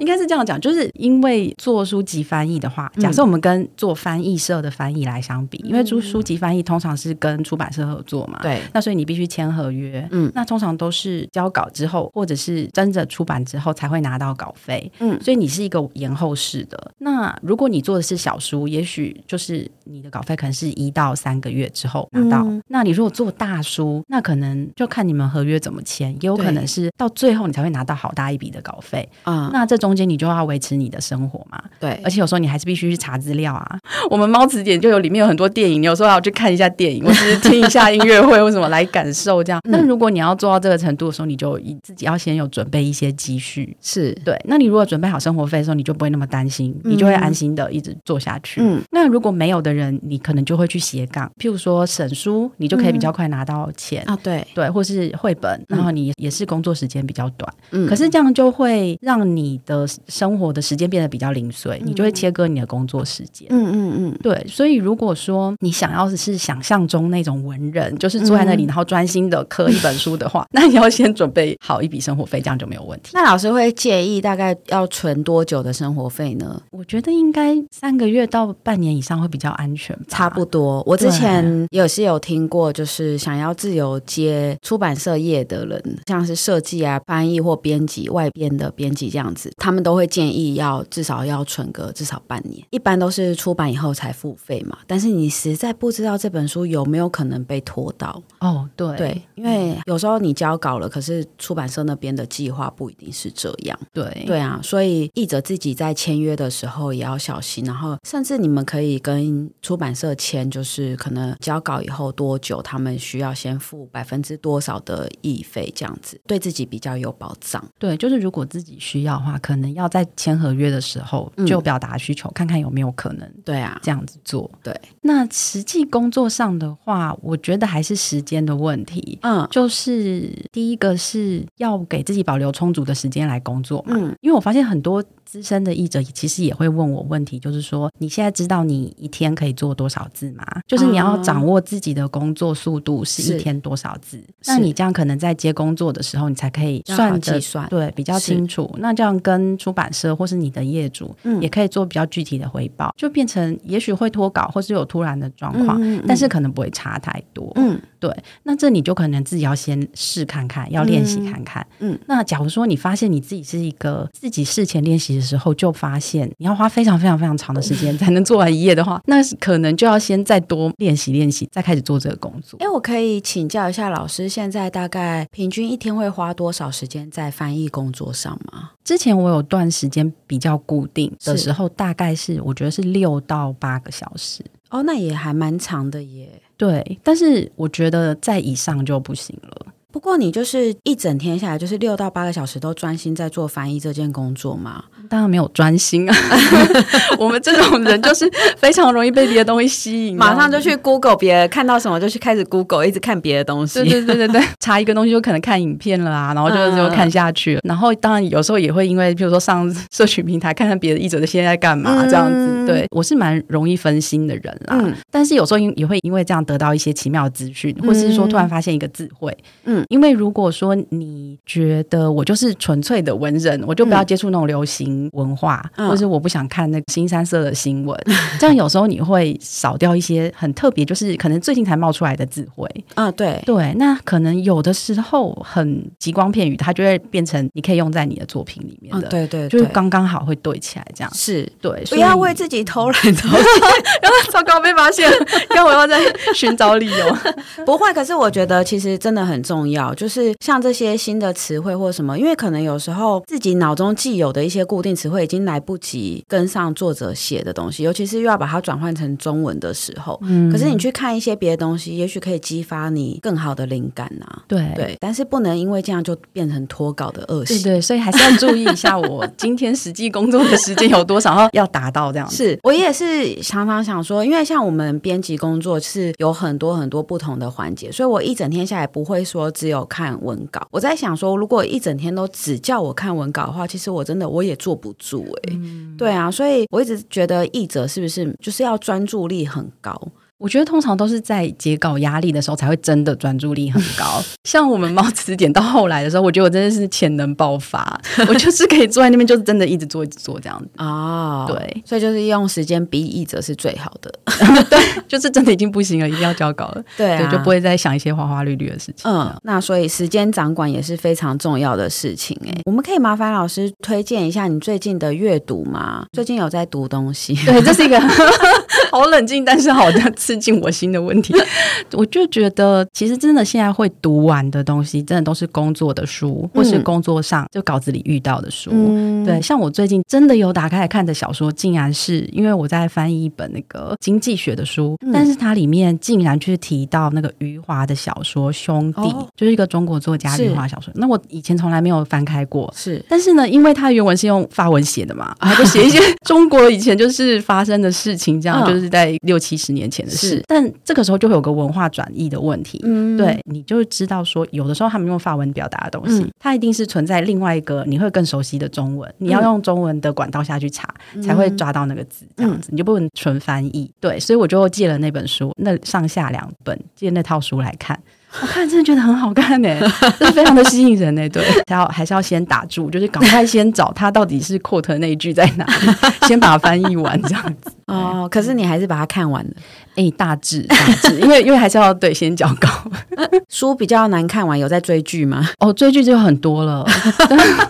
[SPEAKER 2] 应该是这样讲，就是因为做书籍翻译的话，假设我们跟做翻译社的翻译来相比，因为书书籍翻译通常是跟出版社合作嘛，
[SPEAKER 1] 对
[SPEAKER 2] 那所以你必须签合约，
[SPEAKER 1] 嗯
[SPEAKER 2] 嗯，那通常都是交稿之后，或者是真的出版之后才会拿到稿费，
[SPEAKER 1] 嗯
[SPEAKER 2] 嗯，所以你是一个延后式的。那如果你做的是小书，也许就是你的稿费可能是一到三个月之后拿到，那你如果做大书，那可能就看你们合约怎么签，也有可能是到最后你才会拿到好大一笔的稿费，
[SPEAKER 1] 啊、
[SPEAKER 2] 那这中间你就要维持你的生活嘛，
[SPEAKER 1] 对
[SPEAKER 2] 而，且有时候你还是必须去查资料啊。 我们猫词典就有里面有很多电影，你有时候要去看一下电影，或者是听一下音乐会，或什么来感受这样。
[SPEAKER 1] 嗯
[SPEAKER 2] 那如果你要做到这个程度的时候，你就一自己要先有准备一些积蓄。
[SPEAKER 1] 是，
[SPEAKER 2] 对，那你如果准备好生活费的时候，你就不会那么担心，你就会安心的一直做下去。
[SPEAKER 1] 嗯
[SPEAKER 2] 那如果没有的人，你可能就会去斜杠，譬如说审书，你就可以比较快拿到钱。
[SPEAKER 1] 嗯啊，嗯对，
[SPEAKER 2] 对，或是绘本，然后你也是工作时间比较短，
[SPEAKER 1] 嗯
[SPEAKER 2] 可是这样就会让你的生活的时间变得比较零碎，你就会切割你的工作时间。
[SPEAKER 1] 嗯嗯嗯，
[SPEAKER 2] 对，所以如果说你想要是想象中那种文人，就是坐在那里，然后专心的刻一本书的话， 那你要先准备好一笔生活费，这样就没有问题。
[SPEAKER 1] 那老师会建议大概要存多久的生活费呢？
[SPEAKER 2] 我觉得应该三个月到半年以上会比较安全吧，
[SPEAKER 1] 差不多，我之前也是有听过，就是想要自由接出版社业的人，像是设计啊、翻译或编辑、外编的编辑这样子，他们都会建议要至少要存个至少半年，一般都是出版以后才付费嘛。但是你实在不知道这本书有没有可能被拖到，
[SPEAKER 2] 哦。对
[SPEAKER 1] 对，因为有时候你交稿了，可是出版社那边的计划不一定是这样。
[SPEAKER 2] 对
[SPEAKER 1] 对啊，所以译者自己在签约的时候也要小心，然后甚至你们可以跟出版社签，就是可能交稿以后多久，他们需要先付百分之多少的译费，这样子对自己比较有保障。
[SPEAKER 2] 对，就是如果自己需要的话，可能要在签合约的时候
[SPEAKER 1] 嗯
[SPEAKER 2] 就表达需求，看看有没有可能
[SPEAKER 1] 对啊，
[SPEAKER 2] 这样子做。
[SPEAKER 1] 对，
[SPEAKER 2] 那实际工作上的话，我觉得还是时间的问题。
[SPEAKER 1] 嗯
[SPEAKER 2] 就是第一个是要给自己保留充足的时间来工作嘛，
[SPEAKER 1] 嗯
[SPEAKER 2] 因为我发现很多资深的译者其实也会问我问题，就是说你现在知道你一天可以做多少字吗？就是你要掌握自己的工作速度是
[SPEAKER 1] 啊是
[SPEAKER 2] 一天多少字，
[SPEAKER 1] 是
[SPEAKER 2] 那你这样可能在接工作的时候你才可以算
[SPEAKER 1] 计
[SPEAKER 2] 得
[SPEAKER 1] 算
[SPEAKER 2] 对，比较
[SPEAKER 1] 是
[SPEAKER 2] 清楚。那这样跟出版社或是你的业主，
[SPEAKER 1] 嗯
[SPEAKER 2] 也可以做比较具体的回报，就变成也许会脱稿或是有突然的状况，但是可能不会差太多。
[SPEAKER 1] 嗯
[SPEAKER 2] 对，那这你就可能自己要先试看看，要练习看看。
[SPEAKER 1] 嗯
[SPEAKER 2] 那假如说你发现你自己是一个自己事前练习的时候就发现你要花非常非常非常长的时
[SPEAKER 1] 嗯
[SPEAKER 2] 间才能做完一页的话，那是可能就要先再多练习练习，再开始做这个工作。
[SPEAKER 1] 哎，我可以请教一下老师，现在大概平均一天会花多少时间在翻译工作上吗？
[SPEAKER 2] 之前我有段时间比较固定的
[SPEAKER 1] 是
[SPEAKER 2] 时候，大概是我觉得是六到八个小时。
[SPEAKER 1] 哦，那也还蛮长的耶。
[SPEAKER 2] 对，但是我觉得在以上就不行了。
[SPEAKER 1] 不过你就是一整天下来，就是六到八个小时都专心在做翻译这件工作嘛？
[SPEAKER 2] 当然没有专心 啊，我们这种人就是非常容易被别的东西吸引，
[SPEAKER 1] 马上就。去 Google 别人看到什么就去开始 Google，一直看别的东西。
[SPEAKER 2] 对对对对对，查一个东西就可能看影片了啊，然后就就看下去了。然后当然有时候也会因为，譬如说上社群平台看看别的译者现在在干嘛
[SPEAKER 1] 嗯
[SPEAKER 2] 这样子。对我是蛮容易分心的人啦，
[SPEAKER 1] 嗯
[SPEAKER 2] 但是有时候因也会因为这样得到一些奇妙的资讯，或是说突然发现一个智慧。
[SPEAKER 1] 嗯
[SPEAKER 2] 因为如果说你觉得我就是纯粹的文人，我就不要接触那种流行文化，
[SPEAKER 1] 嗯
[SPEAKER 2] 或是我不想看那个新三色的新 闻，这样有时候你会少掉一些很特别，就是可能最近才冒出来的智慧。
[SPEAKER 1] 啊，对，
[SPEAKER 2] 对，那可能有的时候很极光片语，它就会变成你可以用在你的作品里面
[SPEAKER 1] 啊
[SPEAKER 2] 的，
[SPEAKER 1] 对对，
[SPEAKER 2] 就是
[SPEAKER 1] 对
[SPEAKER 2] 刚刚好会对起来这样。
[SPEAKER 1] 是
[SPEAKER 2] 对，
[SPEAKER 1] 不
[SPEAKER 2] 所以
[SPEAKER 1] 要为 自己偷懒偷
[SPEAKER 2] 糟糕被发现了， 让我要再寻找理由。
[SPEAKER 1] 不会，可是我觉得其实真的很重要，就是像这些新的词汇或什么，因为可能有时候自己脑中既有的一些固定词汇已经来不及跟上作者写的东西，尤其是又要把它转换成中文的时候，可是你去看一些别的东西，也许可以激发你更好的灵感呐、啊。
[SPEAKER 2] 对
[SPEAKER 1] 对，但是不能因为这样就变成脱稿的恶
[SPEAKER 2] 对
[SPEAKER 1] 习。
[SPEAKER 2] 对，所以还是要注意一下 我今天实际工作的时间有多少，然后要达到这样子。
[SPEAKER 1] 是我也是常常想说，因为像我们编辑工作是有很多很多不同的环节，所以我一整天下来不会说只有看文稿。我在想说，如果一整天都只叫我看文稿的话，其实我真的我也坐不住欸
[SPEAKER 2] 嗯
[SPEAKER 1] 哎、对啊，所以我一直觉得译者是不是就是要专注力很高。
[SPEAKER 2] 我觉得通常都是在截稿压力的时候才会真的专注力很 高。像我们猫词典到后来的时候，我觉得我真的是潜能爆发，我就是可以坐在那边，就是真的一直做一直做这样子。
[SPEAKER 1] 哦，
[SPEAKER 2] 对，
[SPEAKER 1] 所以就是用时间逼译者是最好的，
[SPEAKER 2] 就是真的已经不行了，一定要交稿了，
[SPEAKER 1] 对啊
[SPEAKER 2] 对，就不。会再想一些花花绿绿的事情。
[SPEAKER 1] 嗯，那所以时间掌管也是非常重要的事情哎、我们可以麻烦老师推荐一下你最近的阅读吗？最近有在读东西？
[SPEAKER 2] 对，这是一个好冷静，但是好像刺进我心的问题。 我就觉得，其实真的现在会读完的东西，真的都是工作的书，或是
[SPEAKER 1] 嗯
[SPEAKER 2] 工作上就稿子里遇到的书。
[SPEAKER 1] 嗯，
[SPEAKER 2] 对，像我最近真的有打开来看的小说，竟然是因为我在翻译一本那个经济学的书，
[SPEAKER 1] 嗯
[SPEAKER 2] 但是它里面竟然去提到那个余华的小说《兄弟》，
[SPEAKER 1] 哦
[SPEAKER 2] 就是一个中国作家
[SPEAKER 1] 是
[SPEAKER 2] 余华小说。那我以前从来没有翻开过。
[SPEAKER 1] 是
[SPEAKER 2] 但是呢，因为它原文是用法文写的 嘛，他就写一些中国以前就是发生的事情，这样、
[SPEAKER 1] 嗯
[SPEAKER 2] 就是在六七十年前的事
[SPEAKER 1] 是。
[SPEAKER 2] 但这个时候就会有个文化转译的问题，
[SPEAKER 1] 嗯
[SPEAKER 2] 对，你就知道说，有的时候他们用法文表达的东西，
[SPEAKER 1] 嗯
[SPEAKER 2] 它一定是存在另外一个你会更熟悉的中文，你要
[SPEAKER 1] 嗯
[SPEAKER 2] 用中文的管道下去查，才会抓到那个字，这样子、你就不能纯翻译。对，所以我就借了那本书，那上下两本借那套书来看。 我看真的觉得很好看欸 呢、就是非常的吸引人呢、欸对，还要还是要先打住，就是赶快先找它到底是 quote 那一句在哪 里，先把它翻译完这样 子。
[SPEAKER 1] 哦，可是你还是把它看完了。
[SPEAKER 2] 哎、大致大致， 因为因为还是要对先交稿。
[SPEAKER 1] 书比较难看完，有在追剧吗？
[SPEAKER 2] 哦，追剧就很多 了，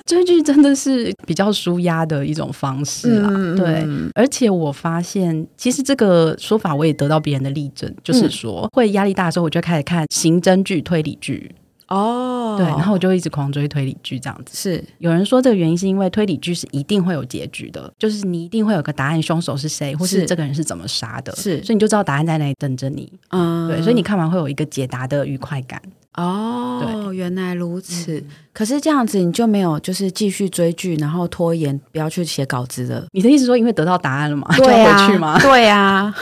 [SPEAKER 2] 追剧真的是比较舒压的一种方式啊啦。
[SPEAKER 1] 嗯嗯嗯
[SPEAKER 2] 对，而且我发现，其实这个说法我也得到别人的例证，
[SPEAKER 1] 嗯
[SPEAKER 2] 就是说，会压力大的时候，我就开始看刑侦剧、推理剧，
[SPEAKER 1] 哦，
[SPEAKER 2] 对，然后我就一直狂追推理剧这样子。
[SPEAKER 1] 是
[SPEAKER 2] 有人说这个原因是因为推理剧是一定会有结局的，就是你一定会有个答案，凶手是谁，或是
[SPEAKER 1] 是
[SPEAKER 2] 这个人是怎么杀的，
[SPEAKER 1] 是
[SPEAKER 2] 所以你就知道答案在那里等着你。
[SPEAKER 1] 嗯，
[SPEAKER 2] 对，所以你看完会有一个解答的愉快感。
[SPEAKER 1] 哦，原来如此。可是这样子你就没有就是继续追剧，然后拖延不要去写稿子 了。
[SPEAKER 2] 你的意思说，因为得到答案了嘛，就
[SPEAKER 1] 对
[SPEAKER 2] 要
[SPEAKER 1] 啊，
[SPEAKER 2] 回 去吗？
[SPEAKER 1] 对啊，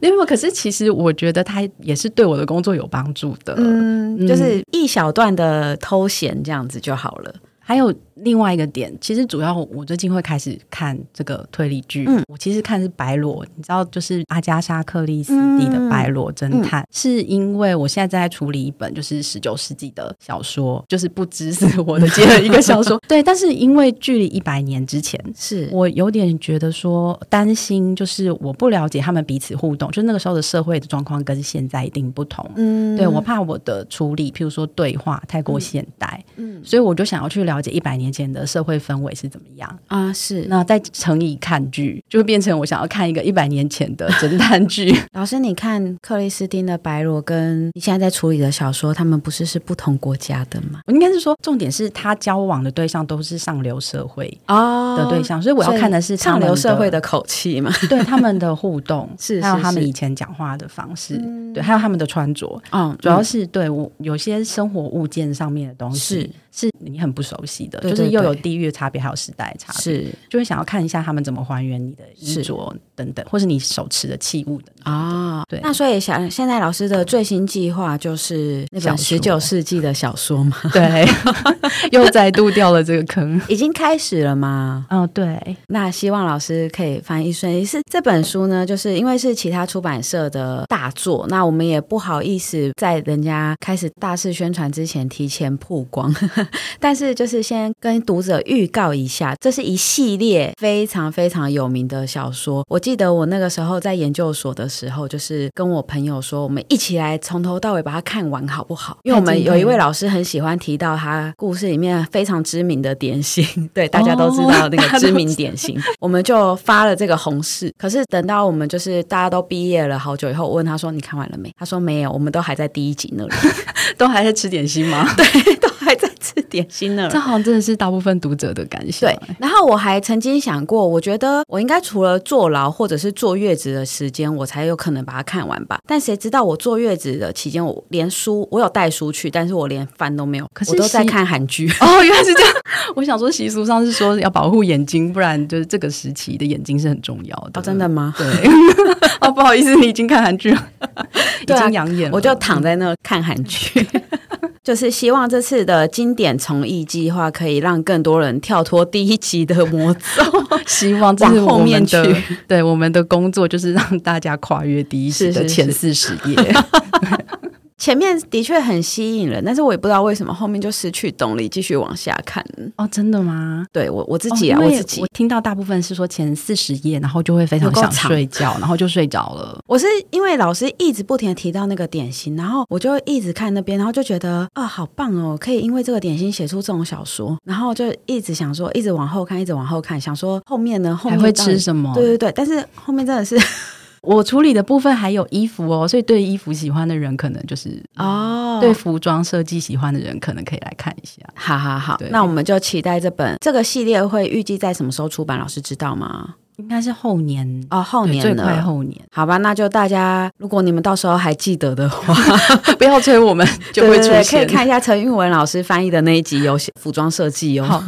[SPEAKER 2] 没有，可是其实我觉得它也是对我的工作有帮助的。
[SPEAKER 1] 嗯，就是一小段的偷闲这样子就好了。
[SPEAKER 2] 还有另外一个点，其实主要我最近会开始看这个推理剧。
[SPEAKER 1] 嗯
[SPEAKER 2] 我其实看是《白罗》，你知道，就是阿加莎·克里斯蒂的《白罗侦
[SPEAKER 1] 嗯
[SPEAKER 2] 探》是因为我现在正在处理一本就是十九世纪的小说，就是不知死活的接了一个 小说。对，但是因为距离一百年之前，
[SPEAKER 1] 是
[SPEAKER 2] 我有点觉得说担心，就是我不了解他们彼此互动，就是那个时候的社会的状况跟现在一定不同。
[SPEAKER 1] 嗯
[SPEAKER 2] 对我怕我的处理，譬如说对话太过现代，
[SPEAKER 1] 嗯
[SPEAKER 2] 所以我就想要去了解一百年前的社会氛围是怎么样。
[SPEAKER 1] 啊，是
[SPEAKER 2] 那再乘以看剧，就会变成我想要看一个一百年前的侦探剧。
[SPEAKER 1] 老师，你看克里斯汀的《白罗》跟你现在在处理的小说，他们不是是不同国家的吗？
[SPEAKER 2] 我应该是说，重点是他交往的对象都是上流社会
[SPEAKER 1] 哦
[SPEAKER 2] 的对象，所以我要看的是他
[SPEAKER 1] 上
[SPEAKER 2] 们
[SPEAKER 1] 流社会的口气嘛。
[SPEAKER 2] 对他们的互动，
[SPEAKER 1] 是
[SPEAKER 2] 还有
[SPEAKER 1] 是
[SPEAKER 2] 他们
[SPEAKER 1] 是
[SPEAKER 2] 以前讲话的方式，对，还有他们的穿着。
[SPEAKER 1] 嗯，
[SPEAKER 2] 主要是对我有些生活物件上面的东西是你很不熟悉的，
[SPEAKER 1] 对
[SPEAKER 2] 就是
[SPEAKER 1] 对
[SPEAKER 2] 又有
[SPEAKER 1] 对
[SPEAKER 2] 地域的差别，还有时代的差别。
[SPEAKER 1] 是
[SPEAKER 2] 就会想要看一下他们怎么还原你的衣
[SPEAKER 1] 是
[SPEAKER 2] 着等等，或是你手持的器物 等等。
[SPEAKER 1] 啊，
[SPEAKER 2] 对
[SPEAKER 1] 那所以想现在老师的最新计划就是那本
[SPEAKER 2] 小
[SPEAKER 1] 十
[SPEAKER 2] 说
[SPEAKER 1] 九世纪的小说嘛，
[SPEAKER 2] 对， 又再度掉了这个坑。
[SPEAKER 1] 已经开始了吗？
[SPEAKER 2] 嗯、对，
[SPEAKER 1] 那希望老师可以翻译顺利。是这本书呢，就是因为是其他出版社的大作，那我们也不好意思在人家开始大肆宣传之前提前曝光， 但是就是先跟读者预告一下，这是一系列非常非常有名的小说。我记得我那个时候在研究所的时候，就是跟我朋友说，我们一起来从头到尾把它看完好不好？因为我们有一位老师很喜欢提到他故事里面非常知名的点心， 对，哦大家都知道那个知名典型， 我们就发了这个红事。可是等到我们就是大家都毕业了好久以后，我问他说：“你看完了没？”他说：“没有，我们都还在第一 集那里，
[SPEAKER 2] 都还在吃点心吗？
[SPEAKER 1] 都还在吃点心那里
[SPEAKER 2] 这。好像真的是大部分读者的感”想。
[SPEAKER 1] 对，然后我还曾经想过，我觉得我应该除了坐牢或者是坐月子的时间，我才有可能把它看完吧。但谁知道我坐月子的期间，我连书我有带书去，但是我连饭都没有，
[SPEAKER 2] 可是
[SPEAKER 1] 我都在
[SPEAKER 2] 西
[SPEAKER 1] 看韩剧。
[SPEAKER 2] 哦，原来是这样。 我想说，习俗上是说要保护眼睛，不然就是这个时期的眼睛是很重要的。
[SPEAKER 1] 哦，真的？吗？
[SPEAKER 2] 对。 哦，不 好意思，你已经看韩剧了，已
[SPEAKER 1] 对啊
[SPEAKER 2] 嗯经养眼了。
[SPEAKER 1] 我就躺在那看韩剧。 就是希望这次的经典重译计划可以让更多人跳脱第一集的魔咒。
[SPEAKER 2] 希望这是
[SPEAKER 1] 往后
[SPEAKER 2] 我们
[SPEAKER 1] 面去
[SPEAKER 2] 的，对我们的工作就是让大家跨越第一
[SPEAKER 1] 是
[SPEAKER 2] 集
[SPEAKER 1] 是
[SPEAKER 2] 的前
[SPEAKER 1] 是
[SPEAKER 2] 四十页。
[SPEAKER 1] 前面的确很吸引人，但是我也不知道为什么后面就失去动力继续往下看。
[SPEAKER 2] 哦，真的吗？
[SPEAKER 1] 对我我自
[SPEAKER 2] 哦
[SPEAKER 1] 己啊，
[SPEAKER 2] 因
[SPEAKER 1] 我
[SPEAKER 2] 为
[SPEAKER 1] 自己
[SPEAKER 2] 我，听到大部分是说前四十页，然后就会非
[SPEAKER 1] 有
[SPEAKER 2] 常
[SPEAKER 1] 够
[SPEAKER 2] 想
[SPEAKER 1] 长
[SPEAKER 2] 睡觉，然后就睡着了。
[SPEAKER 1] 我是因为老师一直不停的提到那个点心，然后我就一直看那边，然后就觉得啊、好棒哦，可以因为这个点心写出这种小说，然后就一直想说，一哦直往后看，一直往后看，想说后面呢，后
[SPEAKER 2] 还
[SPEAKER 1] 面
[SPEAKER 2] 会
[SPEAKER 1] 到底
[SPEAKER 2] 吃什么？
[SPEAKER 1] 对对对，但是后面真的是
[SPEAKER 2] 我处理的部分还有衣服哦，所以对衣服喜欢的人，可能就是
[SPEAKER 1] 哦
[SPEAKER 2] 对服装设计喜欢的人，可能可以来看一下。
[SPEAKER 1] 好好好
[SPEAKER 2] 对，
[SPEAKER 1] 那我们就期待这本这个系列会预计在什么时候出版？老师知道吗？
[SPEAKER 2] 应该是后年，
[SPEAKER 1] 哦，后
[SPEAKER 2] 对
[SPEAKER 1] 年
[SPEAKER 2] 最快
[SPEAKER 1] 了。，
[SPEAKER 2] 后年
[SPEAKER 1] 好吧，那就大家，如果你们到时候还记得的话，
[SPEAKER 2] 不要催我们 就会
[SPEAKER 1] 对
[SPEAKER 2] 出
[SPEAKER 1] 对对可
[SPEAKER 2] 现。
[SPEAKER 1] 以看一下陈韵文老师翻译的那一集 有写服装设计哦。
[SPEAKER 2] 好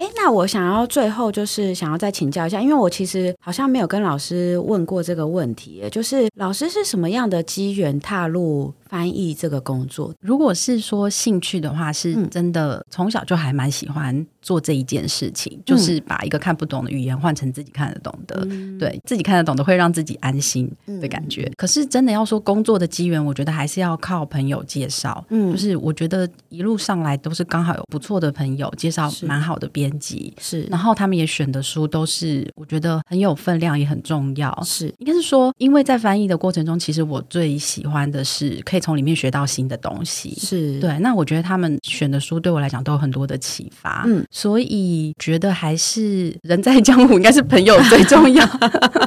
[SPEAKER 1] 哎，那我想要最后就是想要再请教一下，因为我其实好像没有跟老师问过这个问题，就是老师是什么样的机缘踏入翻译这个工作？
[SPEAKER 2] 如果是说兴趣的话，是
[SPEAKER 1] 嗯
[SPEAKER 2] 真的从小就还蛮喜欢做这一件事情，就是
[SPEAKER 1] 嗯
[SPEAKER 2] 把一个看不懂的语言换成自己看得懂的，对自己看得懂的会让自己安心
[SPEAKER 1] 嗯
[SPEAKER 2] 的感觉。可是真的要说工作的机缘，我觉得还是要靠朋友介绍。
[SPEAKER 1] 嗯
[SPEAKER 2] 就是我觉得一路上来都是刚好有不错的朋友介绍
[SPEAKER 1] 是
[SPEAKER 2] 蛮好的编辑，
[SPEAKER 1] 是
[SPEAKER 2] 然后他们也选的书都是我觉得很有分量，也很重要。
[SPEAKER 1] 是
[SPEAKER 2] 应该是说，因为在翻译的过程中，其实我最喜欢的是可以从里面学到新的东西。
[SPEAKER 1] 是，
[SPEAKER 2] 对，那我觉得他们选的书对我来讲都有很多的启发，
[SPEAKER 1] 嗯，
[SPEAKER 2] 所以觉得还是人在江湖，应该是朋友最重要。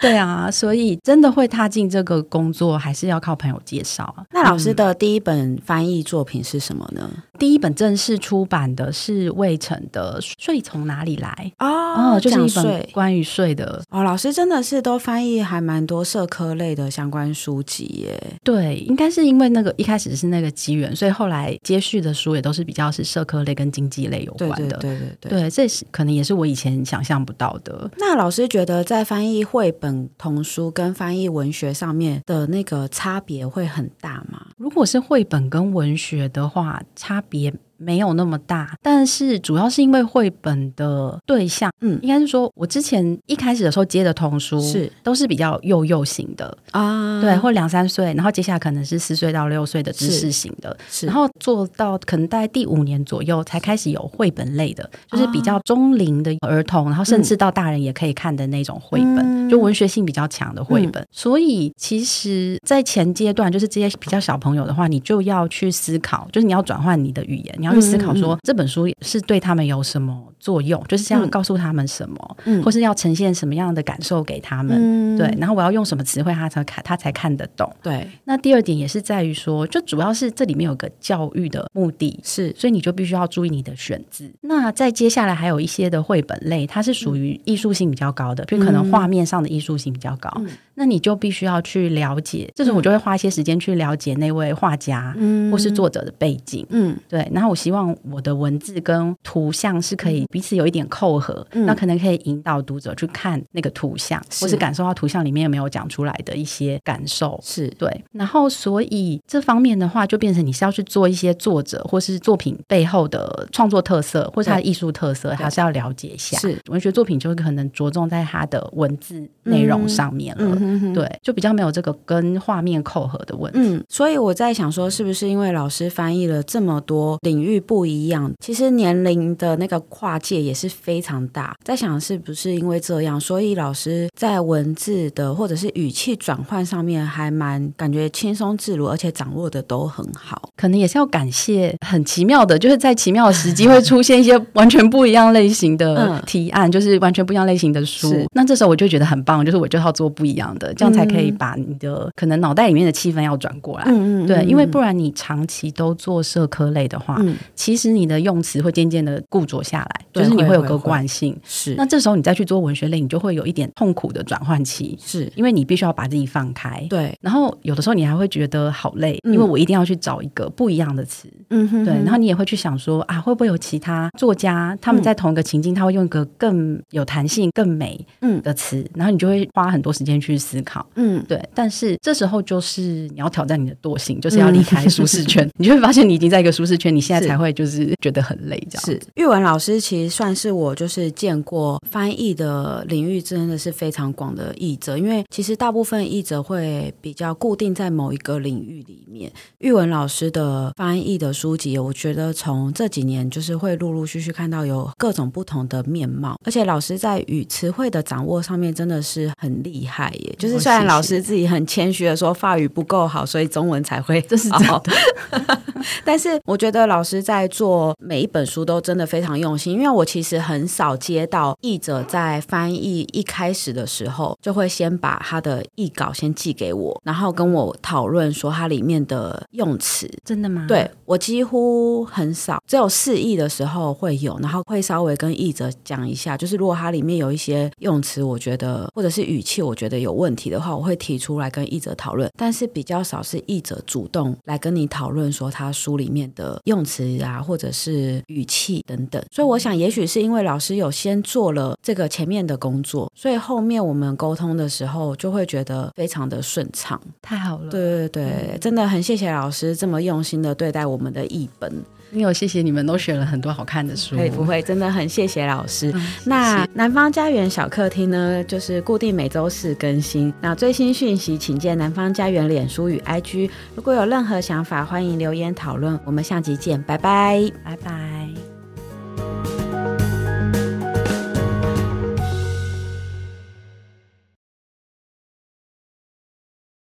[SPEAKER 2] 对啊，所以真的会踏进这个工作，还是要靠朋友介绍啊。
[SPEAKER 1] 那老师
[SPEAKER 2] 嗯
[SPEAKER 1] 的第一本翻译作品是什么呢？
[SPEAKER 2] 第一本正式出版的是魏晨的《税从哪里来》，
[SPEAKER 1] 哦
[SPEAKER 2] 就是一
[SPEAKER 1] 讲
[SPEAKER 2] 本
[SPEAKER 1] 税
[SPEAKER 2] 关于税的
[SPEAKER 1] 哦，老师真的是都翻译还蛮多社科类的相关书籍耶。
[SPEAKER 2] 对，应该是因为那个一开始是那个机缘，所以后来接续的书也都是比较是社科类跟经济类有
[SPEAKER 1] 对
[SPEAKER 2] 关
[SPEAKER 1] 对
[SPEAKER 2] 的。
[SPEAKER 1] 对对对。
[SPEAKER 2] 对这是可能也是我以前想象不到的。
[SPEAKER 1] 那老师觉得在翻译绘本童书跟翻译文学上面的那个差别会很大吗？
[SPEAKER 2] 如果是绘本跟文学的话，差别没有那么大，但是主要是因为绘本的对象，
[SPEAKER 1] 嗯
[SPEAKER 2] 应该是说我之前一开始的时候接的童书
[SPEAKER 1] 是
[SPEAKER 2] 都是比较幼幼型的，
[SPEAKER 1] 啊
[SPEAKER 2] 对，或两三岁，然后接下来可能是四岁到六岁的知识型的，
[SPEAKER 1] 是
[SPEAKER 2] 然后做到可能大概第五年左右才开始有绘本类的，就是比
[SPEAKER 1] 啊
[SPEAKER 2] 较中龄的儿童，然后甚至到大人也可以看的那种绘本，
[SPEAKER 1] 嗯
[SPEAKER 2] 就文学性比较强的绘本。所以其实，在前阶段，就是这些比较小朋友的话，你就要去思考，就是你要转换你的语言，你要去思考说、这本书是对他们有什么作用，就是
[SPEAKER 1] 嗯
[SPEAKER 2] 要
[SPEAKER 1] 嗯
[SPEAKER 2] 告诉他们什么，
[SPEAKER 1] 嗯
[SPEAKER 2] 或是要呈现什么样的感受给他们。
[SPEAKER 1] 嗯
[SPEAKER 2] 对，然后我要用什么词汇，他才看他才看得懂。
[SPEAKER 1] 对
[SPEAKER 2] 那第二点也是在于说，就主要是这里面有个教育的目的。
[SPEAKER 1] 是
[SPEAKER 2] 所以你就必须要注意你的选字。那在接下来还有一些的绘本类，它是属于艺术性比较高的，
[SPEAKER 1] 嗯
[SPEAKER 2] 比如可能画面上的艺术性比较高，那你就必须要去了解。这时候我就会花一些时间去了解那位画家
[SPEAKER 1] 嗯
[SPEAKER 2] 或是作者的背景。
[SPEAKER 1] 嗯
[SPEAKER 2] 对，然后我希望我的文字跟图像是可以彼此有一点扣合，
[SPEAKER 1] 嗯
[SPEAKER 2] 那可能可以引导读者去看那个图像，
[SPEAKER 1] 是
[SPEAKER 2] 或是感受到图像里面有没有讲出来的一些感受。
[SPEAKER 1] 是
[SPEAKER 2] 对，然后所以这方面的话，就变成你是要去做一些作者或是作品背后的创作特色，或是他的艺术特色，还是要了解一下。
[SPEAKER 1] 是
[SPEAKER 2] 文学作品就是可能着重在它的文字内容上面了，
[SPEAKER 1] 嗯哼哼
[SPEAKER 2] 对，就比较没有这个跟画面扣合的问题。
[SPEAKER 1] 嗯，所以我在想说，是不是因为老师翻译了这么多领域不一样，其实年龄的那个跨界也是非常大。在想是不是因为这样，所以老师在文字的或者是语气转换上面还蛮感觉轻松自如，而且掌握的都很好。
[SPEAKER 2] 可能也是要感谢很奇妙的，就是在奇妙的时机会出现一些完全不一样类型的
[SPEAKER 1] 嗯
[SPEAKER 2] 提案，就是完全不一样类型的书
[SPEAKER 1] 是。
[SPEAKER 2] 那这时候我就觉得很棒，就是我就要做不一样的，这样才可以把你的、可能脑袋里面的气氛要转过来。
[SPEAKER 1] 嗯
[SPEAKER 2] 对，因为不然你长期都做社科类的话，
[SPEAKER 1] 嗯
[SPEAKER 2] 其实你的用词会渐渐的固着下来，就
[SPEAKER 1] 对
[SPEAKER 2] 是你
[SPEAKER 1] 会
[SPEAKER 2] 会有
[SPEAKER 1] 会
[SPEAKER 2] 个
[SPEAKER 1] 会
[SPEAKER 2] 惯性。
[SPEAKER 1] 是
[SPEAKER 2] 那这时候你再去做文学类，你就会有一点痛苦的转换期，
[SPEAKER 1] 是，
[SPEAKER 2] 因为你必须要把自己放开。
[SPEAKER 1] 对，
[SPEAKER 2] 然后有的时候你还会觉得好累，
[SPEAKER 1] 嗯
[SPEAKER 2] 因为我一定要去找一个不一样的词，
[SPEAKER 1] 嗯哼
[SPEAKER 2] 对。然
[SPEAKER 1] 后
[SPEAKER 2] 后你也会去想说啊，会不会有其他作家他们在同一个情境，他会用一个更有弹性、更美
[SPEAKER 1] 嗯
[SPEAKER 2] 的词，然后你就会花很多时间去思考。
[SPEAKER 1] 嗯，
[SPEAKER 2] 对，但是这时候就是你要挑战你的惰性，就是要离开舒适圈， 你就会发现你已经在一个舒适圈，你现在
[SPEAKER 1] 是
[SPEAKER 2] 才会嗯就是觉得很累这样。
[SPEAKER 1] 是，玉文老师其实算是我就是见过翻译的领域真的是非常广的译者，因为其实大部分译者会比较固定在某一个领域里面。玉文老师的翻译的书籍，我觉得从这几年就是会陆陆续续看到有各种不同的面貌，而且老师在与词汇的掌握上面真的是很厉害耶。就
[SPEAKER 2] 哦
[SPEAKER 1] 是虽然
[SPEAKER 2] 谢
[SPEAKER 1] 老
[SPEAKER 2] 谢
[SPEAKER 1] 师自己很谦虚的说法语不够好，所以中文才会
[SPEAKER 2] 这是
[SPEAKER 1] 好
[SPEAKER 2] 真的，
[SPEAKER 1] 但是我觉得老师在做每一本书都真的非常用心，因为我其实很少接到译者在翻译一开始的时候，就会先把他的译稿先寄给我，然后跟我讨论说它里面的用词。
[SPEAKER 2] 真的吗？
[SPEAKER 1] 对我几乎很少，只有试译的时候会有，然后会稍微跟译者讲一下，就是如果它里面有一些用词，我觉得或者是语气，我觉得有问题的话，我会提出来跟译者讨论。但是比较少是译者主动来跟你讨论说他书里面的用词啊，或者是语气等等。所以我想，也许是因为老师有先做了这个前面的工作，所以后面我们沟通的时候就会觉得非常的顺畅。
[SPEAKER 2] 太好了。，嗯
[SPEAKER 1] 对对对，真的很谢谢老师这么用心的对待我们的译本，
[SPEAKER 2] 因为我谢谢你们都选了很多好看的书。
[SPEAKER 1] 会不会真的很谢谢老师？
[SPEAKER 2] 嗯
[SPEAKER 1] 那
[SPEAKER 2] 谢谢
[SPEAKER 1] 南方家园小客厅呢，就是固定每周四更新。那最新讯息请见南方家园脸书与 IG。如果有任何想法，欢迎留言讨论。我们下集见，拜拜。
[SPEAKER 2] 拜拜。